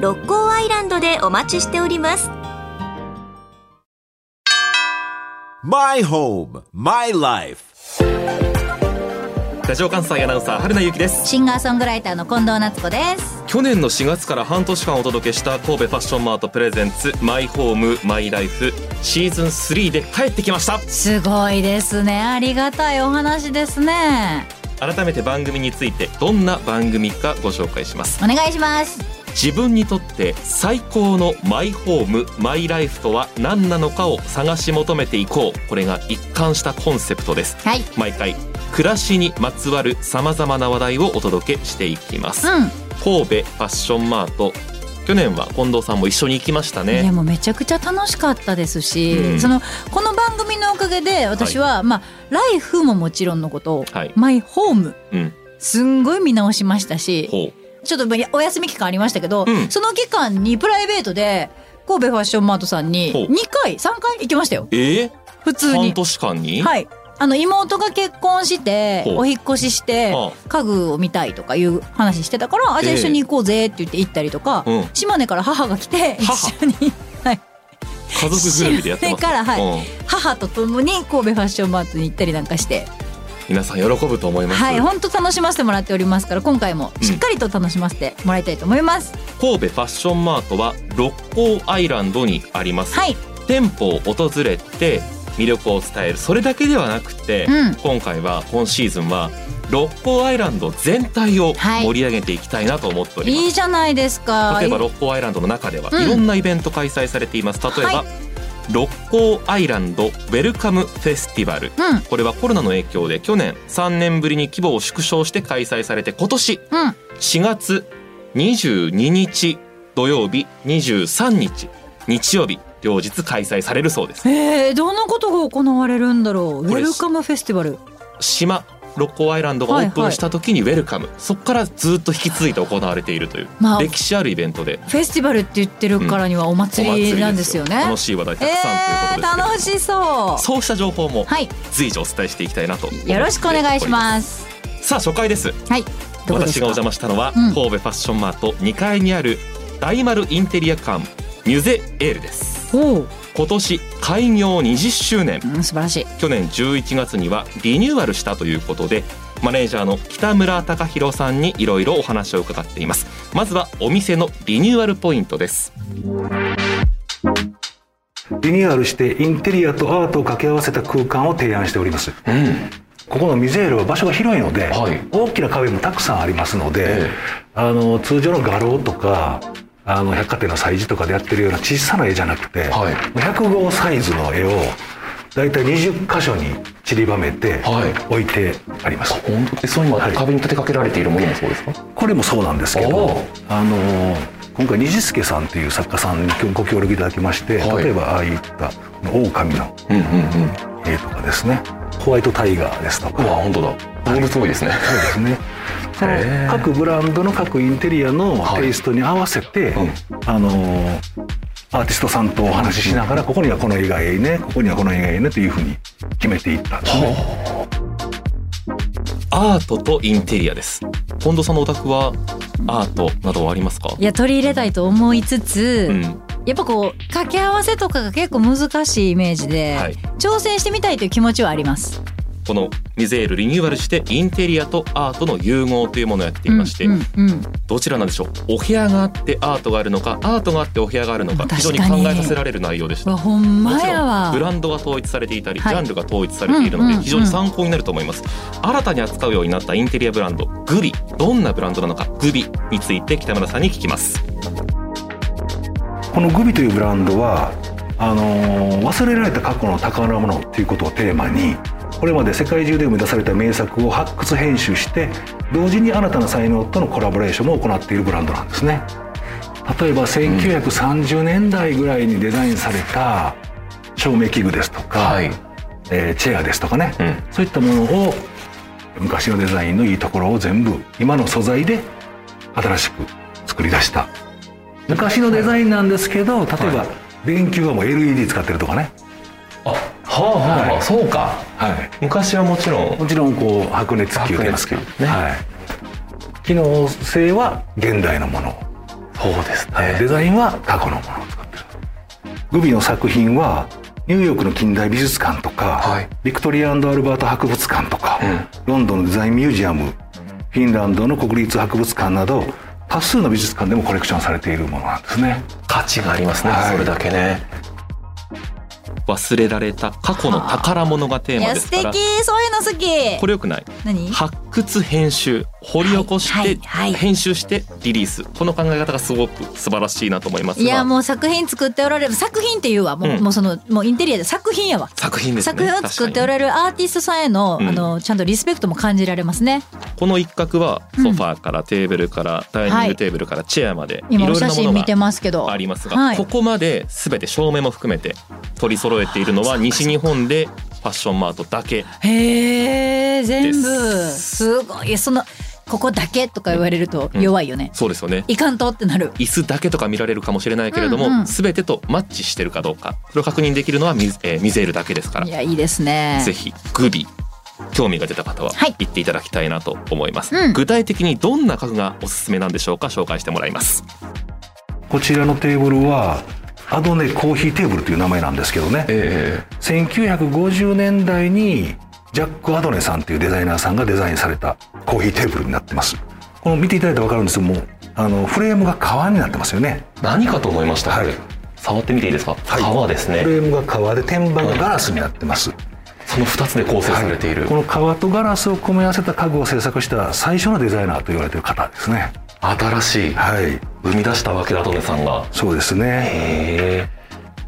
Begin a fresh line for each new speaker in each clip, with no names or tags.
六甲アイランドでお待ちしております
My home, my life.
ラジオ関西アナウンサー春名由紀です
シンガーソングライターの近藤夏子です。
去年の4月から半年間お届けした神戸ファッションマートプレゼンツマイホームマイライフシーズン3で帰ってきました
すごいですね。ありがたいお話ですね。
改めて番組についてどんな番組かご紹介します
お願いします。
自分にとって最高のマイホームマイライフとは何なのかを探し求めていこうこれが一貫したコンセプトです
はい。う
毎回暮らしにまつわるさまざまな話題をお届けしていきます、
ん。
神戸ファッションマート去年は近藤さんも一緒に行きました
いや
ね
もうめちゃくちゃ楽しかったですし、
うん
そのこの番組のおかげで私は、まあライフももちろんのこと、
はい
マイホーム
うん
すんごい見直しましたし
ほう
ちょっとまあやお休み期間ありましたけど、
うん
その期間にプライベートで神戸ファッションマートさんに
ほう
2回3回行きましたよ
え
普
ー、
通
半
に。
年間に、
はいあの妹が結婚して
ほう
お引っ越しして
は
家具を見たいとかいう話してたからあじゃあ
ええ
一緒に行こうぜって言って行ったりとか、
うん
島根から母が来て一
母
緒に
家族ぐるみでやってます
それからはい
うん
母と共に神戸ファッションマートに行ったりなんかして、
皆さん喜ぶと思います、
はい、本当楽しませてもらっておりますから今回もしっかりと楽しませてもらいたいと思います、
神戸ファッションマートは六甲アイランドにあります、
はい、
店舗を訪れて魅力を伝えるそれだけではなくて、
うん
今回は今シーズンは六甲アイランド全体を
はい
盛り上げていきたいなと思っております、
いいじゃないですか
例えば六甲アイランドの中では
うん
いろんなイベント開催されています、例えば、
は
六甲アイランドウェルカムフェスティバル
うん
これはコロナの影響で去年3年ぶりに規模を縮小して開催されて今年
うん
4月22日土曜日23日日曜日両日開催されるそうです
えー、どんなことが行われるんだろうウ
こ
ェ
れ
ルカムフェスティバル
島六甲アイランドがオープンした時にウェルカム、そこからずっと引き続いて行われているという
まあ
歴史あるイベントで
フェスティバルって言ってるからにはお
お祭り
祭りなんですよね、
楽しい話題たくさんということですけ
え
ど
ー、楽しそう
そうした情報も
はい
随時お伝えしていきたいなと思っております
よろしくお願いします
さあ初回です
はいどこです
私がお
か
邪魔したのは、
う
神
ん
戸ファッションマート2階にある大丸インテリア館ミュゼエールです
おう
今年開業20周年
うん、素晴らしい
去年11月にはリニューアルしたということでマネージャーの北村貴弘さんにいろいろお話を伺っていますまずはお店のリニューアルポイントです
リニューアルしてインテリアとアートを掛け合わせた空間を提案しておりますここのミゼールは場所が広いので、
はい
大きな壁もたくさんありますので、
ええ
あの通常の画廊とかあの百貨店の催事とかでやってるような小さな絵じゃなくて、
はい
100号サイズの絵を大体20箇所に散りばめて
はい
置いてあります、
本当でそう今
はい
壁に立てかけられているものもそうですか
これもそうなんですけ
お
ど
う
あの今回虹助さんという作家さんにご協力いただきまして、
はい
例えばああいった「狼の
うんうんうん
絵とかですねホワイトタイガーですとか
本当だ動物多いですね
そうですねその
へー
各ブランドの各インテリアの
はい
テイストに合わせて、
うん
あのーアーティストさんとお話ししながらここにはこの絵がええねここにはこの絵がええねというふうに決めていったんですね
アートとインテリアです近藤さんのお宅はアートなどはありますか
いや取り入れたいと思いつつ、
うん
やっぱこう掛け合わせとかが結構難しいイメージで、
はい
挑戦してみたいという気持ちはあります。
このミゼールリニューアルしてインテリアとアートの融合というものをやっていまして、
うんうんうん
どちらなんでしょうお部屋があってアートがあるのかアートがあってお部屋があるのか
確か
非常
に
に考えさせられる内容でし
う
た
わほん
も
ま
ち
や
ろんブラ
わ。
ンドが統一されていたり、
はい
ジャンルが統一されているの
うん
で、
うんうん
非常に参考になると思います、新たに扱うようになったインテリアブランドグビどんなブランドなのかグビについて北村さんに聞きます
このグビというブランドはあのー忘れられた過去の宝物ということをテーマにこれまで世界中で生み出された名作を発掘編集して同時に新たな才能とのコラボレーションも行っているブランドなんですね例えば1930年代ぐらいにデザインされた照明器具ですとか、
はい
えーチェアですとかね、
うん
そういったものを昔のデザインのいいところを全部今の素材で新しく作り出した昔のデザインなんですけど例えば電球はもう LED 使ってるとかね、
あはあはあ、は、
はいい
そうか
はい、
昔はもちろん
もちろんこう白熱球と言いますけど
白熱球ね
はい、機能性は現代のものを
そうですね、
デザインは過去のものを使ってるグビの作品はニューヨークの近代美術館とか、
はい
ビクトリアアルバート博物館とか、ロンドンのデザインミュージアムフィンランドの国立博物館など多数の美術館でもコレクションされているものなんですね
価値がありますね、
はい
それだけね忘れられた過去の宝物がテー
い
マ
や
で
素
すか
敵
ら
そういうの好き
これよくない
何
発掘編集掘り起こして、
はいはいはい
編集してリリースこの考え方がすごく素晴らしいなと思いますが
いやもう作品作っておられる作品っていうわもう,、
うん
もうそのもうインテリアで作品やわ、
作品ですね
作品を作っておら
れ
れるアーティストさんへの,、
うん
あのちゃんとリスペクトも感じられますね
この一角は
うん
ソファーからテーブルからダイニングテーブルからチェアまでいろい
今お
ろ
写
なもの
真見て
が
ますけど
あります
は
が
い
ここまで全て照明も含めて取り揃えているのは西日本でファッションマートだけ
へえ
で
全部
す
すごいそのここだけとか言われると弱いよね、
そうですよね
いかんとってなる
椅子だけとか見られるかもしれないけれども、
うんうん
全てとマッチしてるかどうかそれを確認できるのはミ,、えーミゼールだけですから
いやいいですね
ぜひグビ興味が出た方は
はい
行っていただきたいなと思います、
うん
具体的にどんな家具がおすすめなんでしょうか紹介してもらいます
こちらのテーブルはアドネコーヒーテーブルという名前なんですけどね、
え
1950年代にジャック・アドネさんというデザイナーさんがデザインされたコーヒーテーブルになってますこの見ていただいて分かるんですけどもあのフレームが革になってますよね
何かと思いました
はい
触ってみていいですか、革です
フレームが革で天板がガラスになってます、
その2つで構成
はいこの革とガラスを組み合わせた家具を制作した最初のデザイナーと言われている方ですね
新しい
はい
生み出したわけだとねさんが
そうですね
へ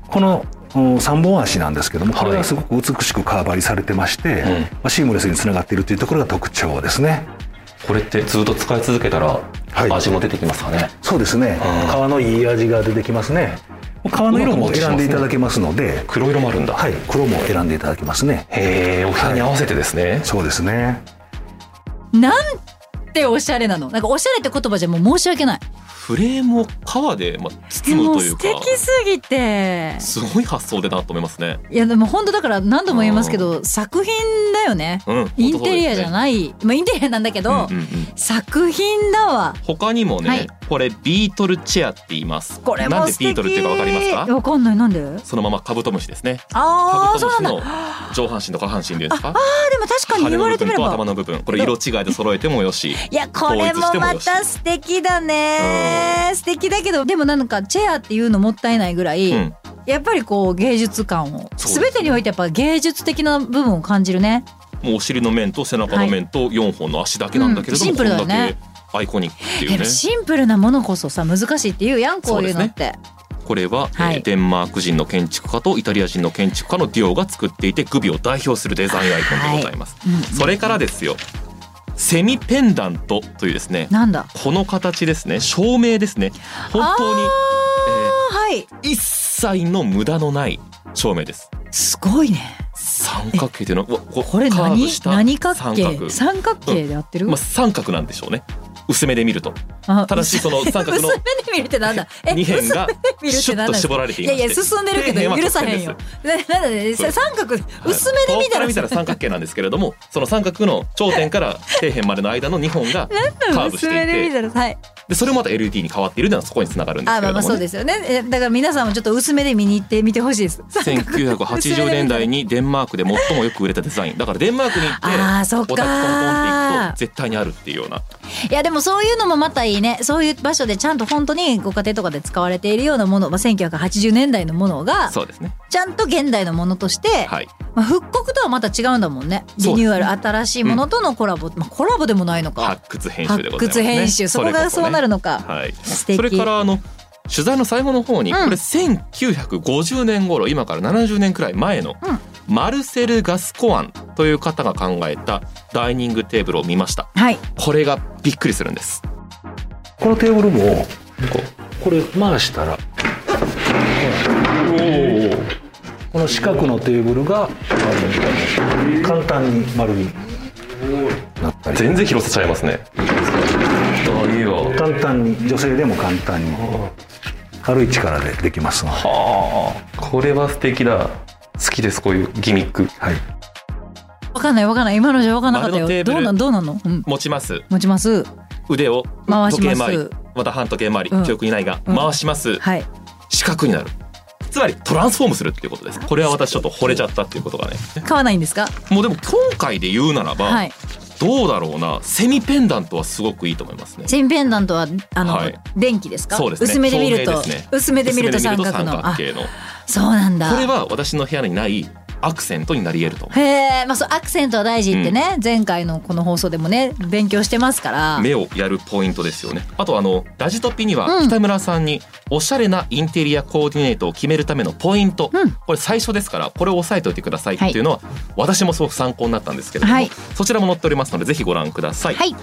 このお三本足なんですけどもこれ
はい
がすごく美しくカーバリされてまして、
うん
まあシームレスにつながっているというところが特徴ですね
これってずっと使い続けたら
はい味
も出てきますかね、
そうですね
うん。
皮のいい味が出てきますね。皮の色も選んでいただけますので、
黒色もあるんだ
はい、黒も選んでいただけますね。
へえお部屋に合わせてですね、
そうですね。
なんておしゃれなのなんかおしゃれって言葉じゃもう申し訳ない
フレームを革で、まあ、
で
包む
も
という
素
か
敵すぎて
すごい発想だなと思いますね
いやでも本当だから何度も言いますけど作品だよね
うん
インテリアじゃ
い
ない、まあインテリアなんだけど、
うんうんうん
作品だわ
他にもね、
はい
これビートルチェアって言います
これ
なん
も
で
素敵
ビートルっていうかわかりますか
わかんないなんで
そのままカブトムシですねカ
あ
ブ
あそ
ト
う
ムシ
なんだ
の
あ
上半身と下半身でですか
ーでも確かに
羽
言わ
の部
れてみ
分
れ
と頭
ば
の部分これ色違いで揃えてもよし
いやこれもまた素敵だね素敵だけどでもなんかチェアっていうのもったいないぐらい、
うん
やっぱりこう芸術感を
そうですね
全てにおいてやっぱ芸術的な部分を感じるね
もうお尻の面と背中の面と4本の足だけなんだけれども、
うんシンプルだ
こ
よ
ん
ね
だけアイコニックっていう
で
ね
もシンプルなものこそさ難しいって言うやんこういうのって、
これは、
はい
えーデンマーク人の建築家とイタリア人の建築家のディオが作っていてグビを代表するデザインアイコンでございます、
うん
それからですよセミペンダントというですね
なんだ
この形ですね照明ですね本当に
あーはい
えー一切の無駄のない照明です
すごいね
三角形というのはうわこ
これ
カーブ
何
した
何角
三
形
角
三角形で合ってる、
まあ、三角なんでしょうね薄めで見ると
あ
ただしその三角の
薄めで見るってなんだえ
二辺が
薄めで見るって
シュ
な
ッ
ん
と
だ
絞られて
い
いま
や
し
い
て
や進んでるけ
底
ど
辺は
許
直
さ
線
へ
で
ん
す
よななんだね
そう
さ三角
はい
薄めで
遠
見た
くから見たら三角形なんですけれど もその三角の頂点から底辺までの間の2本 がカーブし
薄めで
てい
見
て
たらはい
でそれもまた LED に変わっているのはそこにつながるんです
あ
けれ
まあ
ど
まあそ
も
う
ね
ですよねえだから皆さんもちょっと薄めで見に行ってみてほしいです
1980年代にデンマークで最もよく売れたデザインだからデンマークに行って
あーそっかー
ボタンポンポンっていくと絶対にあるっていうようない
やでもそう いうのもまたいいねそういう場所でちゃんと本当にご家庭とかで使われているようなもの、まあ、1980年代のものが
そうですね
ちゃんと現代のものとして、
はい
まあ、復刻とはまた違うんだもんね
そうですね
リニューアル新しいものとのコラボ、まあ、コラボでもないのか
発掘編集で
発
ございます
掘
ね
編集そこがそうなる
の
のか、
はい
素敵
それからあの取材の最後の方に、
うん
これ1950年頃今から70年くらい前の、マルセル・ガスコアンという方が考えたダイニングテーブルを見ました
はい
これがびっくりするんです
このテーブルもこうこれ回したらこの四角のテーブルが丸に簡単に丸になったり
全然広さちゃいますねあいいよ
簡単に女性でも簡単に軽い力でできますので、
ああこれは素敵だ好きですこういうギミック
はい、
わかんないわかんない今のじゃわかんなかった
丸のテ
よ
ーブ
ど
ル
うなんどうなの、うん、
持ちます
持ちます
腕を
回し
時計
ま
回り
す
また反時計回り、
うん
記憶にないが、
うん
回します
はい
四角になるつまりトランスフォームするっていうことですこれは私ちょっと惚れちゃったっていうことがね
買わないんですか
もうでも今回で言うならば、
はい
どうだろうなセミペンダントはすごくいいと思いますね
セミペンダントはあの、
はい
電気ですか
そうですね
薄めで見ると、
照明ですね
薄めで見ると三角の
薄めで見ると三角形の
あそうなんだ
これは私の部屋にないアクセントになり得ると思う
へえ、まあ、そうアクセントは大事ってね、前回のこの放送でもね勉強してますから
目をやるポイントですよねあとあのラジトピに
う
は
ん
北村さんにおしゃれなインテリアコーディネートを決めるためのポイント、
うん
これ最初ですからこれを押さえておいてくださいっていうのは私もすごく参考になったんですけれども、
はい
そちらも載っておりますのでぜひご覧ください、
はい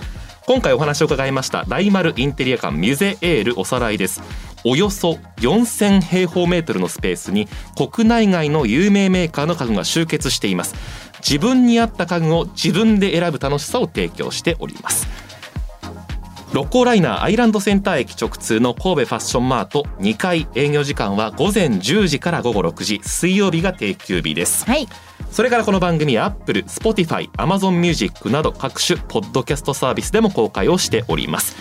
今回お話を伺いました大丸インテリア館ミュゼエールおさらいですおよそ4000平方メートルのスペースに国内外の有名メーカーの家具が集結しています自分に合った家具を自分で選ぶ楽しさを提供しております六甲ライナーアイランドセンター駅直通の神戸ファッションマート2階営業時間は午前10時から午後6時水曜日が定休日です
はい
それからこの番組は Apple、Spotify、Amazon Music など各種ポッドキャストサービスでも公開をしております。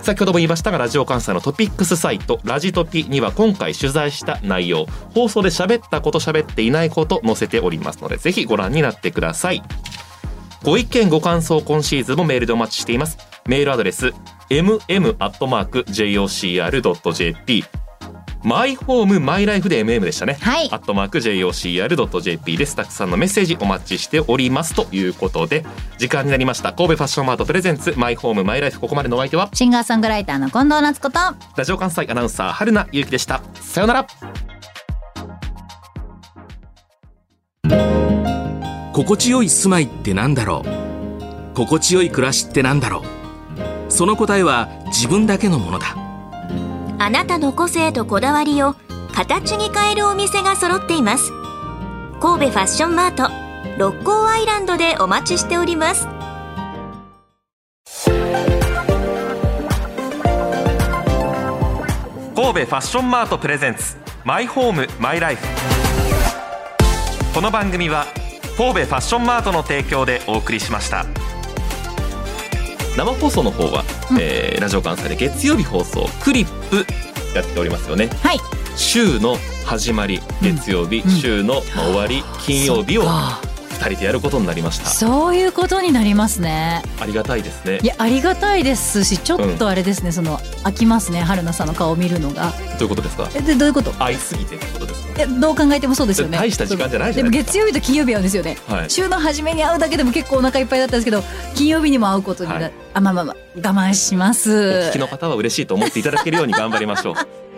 先ほども言いましたがラジオ関西のトピックスサイト「ラジトピ」には今回取材した内容放送で喋ったこと喋っていないこと載せておりますのでぜひご覧になってくださいご意見ご感想今シーズンもメールでお待ちしていますメールアドレス mm.jocr.jp マイホームマイライフで MM でしたね。
はい
アットマーク JOCR.JP です。たくさんのメッセージお待ちしております。ということで、時間になりました。神戸ファッションマートプレゼンツ、マイホームマイライフ。ここまでのお相手は、
シンガーソングライターの近藤夏子と
ラジオ関西アナウンサー、春名ゆうきでした。さようなら。
心地よい住まいってなんだろう心地よい暮らしってなんだろうその答えは自分だけのものだ
あなたの個性とこだわりを形に変えるお店が揃っています神戸ファッションマート六甲アイランドでお待ちしております
神戸ファッションマートプレゼンツマイホームマイライフこの番組は神戸ファッションマートの提供でお送りしました生放送の方は、えーラジオ関西で月曜日放送クリップやっておりますよね
はい
週の始まり月曜日、
ん
週の終わり金曜日を
あ
二人でやることになりました
そういうことになりますね
ありがたいですね
いやありがたいですしちょっとあれですね、その飽きますね春菜さんの顔を見るのが
どういうことですか
えでどういうこと
会いすぎてってことですか
えどう考えてもそうですよね
大した時間じゃないじ
で
ゃ
も
ない
月曜日と金曜日は合うんですよね、
はい
週の初めに会うだけでも結構お腹いっぱいだったんですけど金曜日にも会うことにな、
はい
あまあまあまあ我慢しま
お聞
す
きの方は嬉しいと思っていただけるように頑張りましょう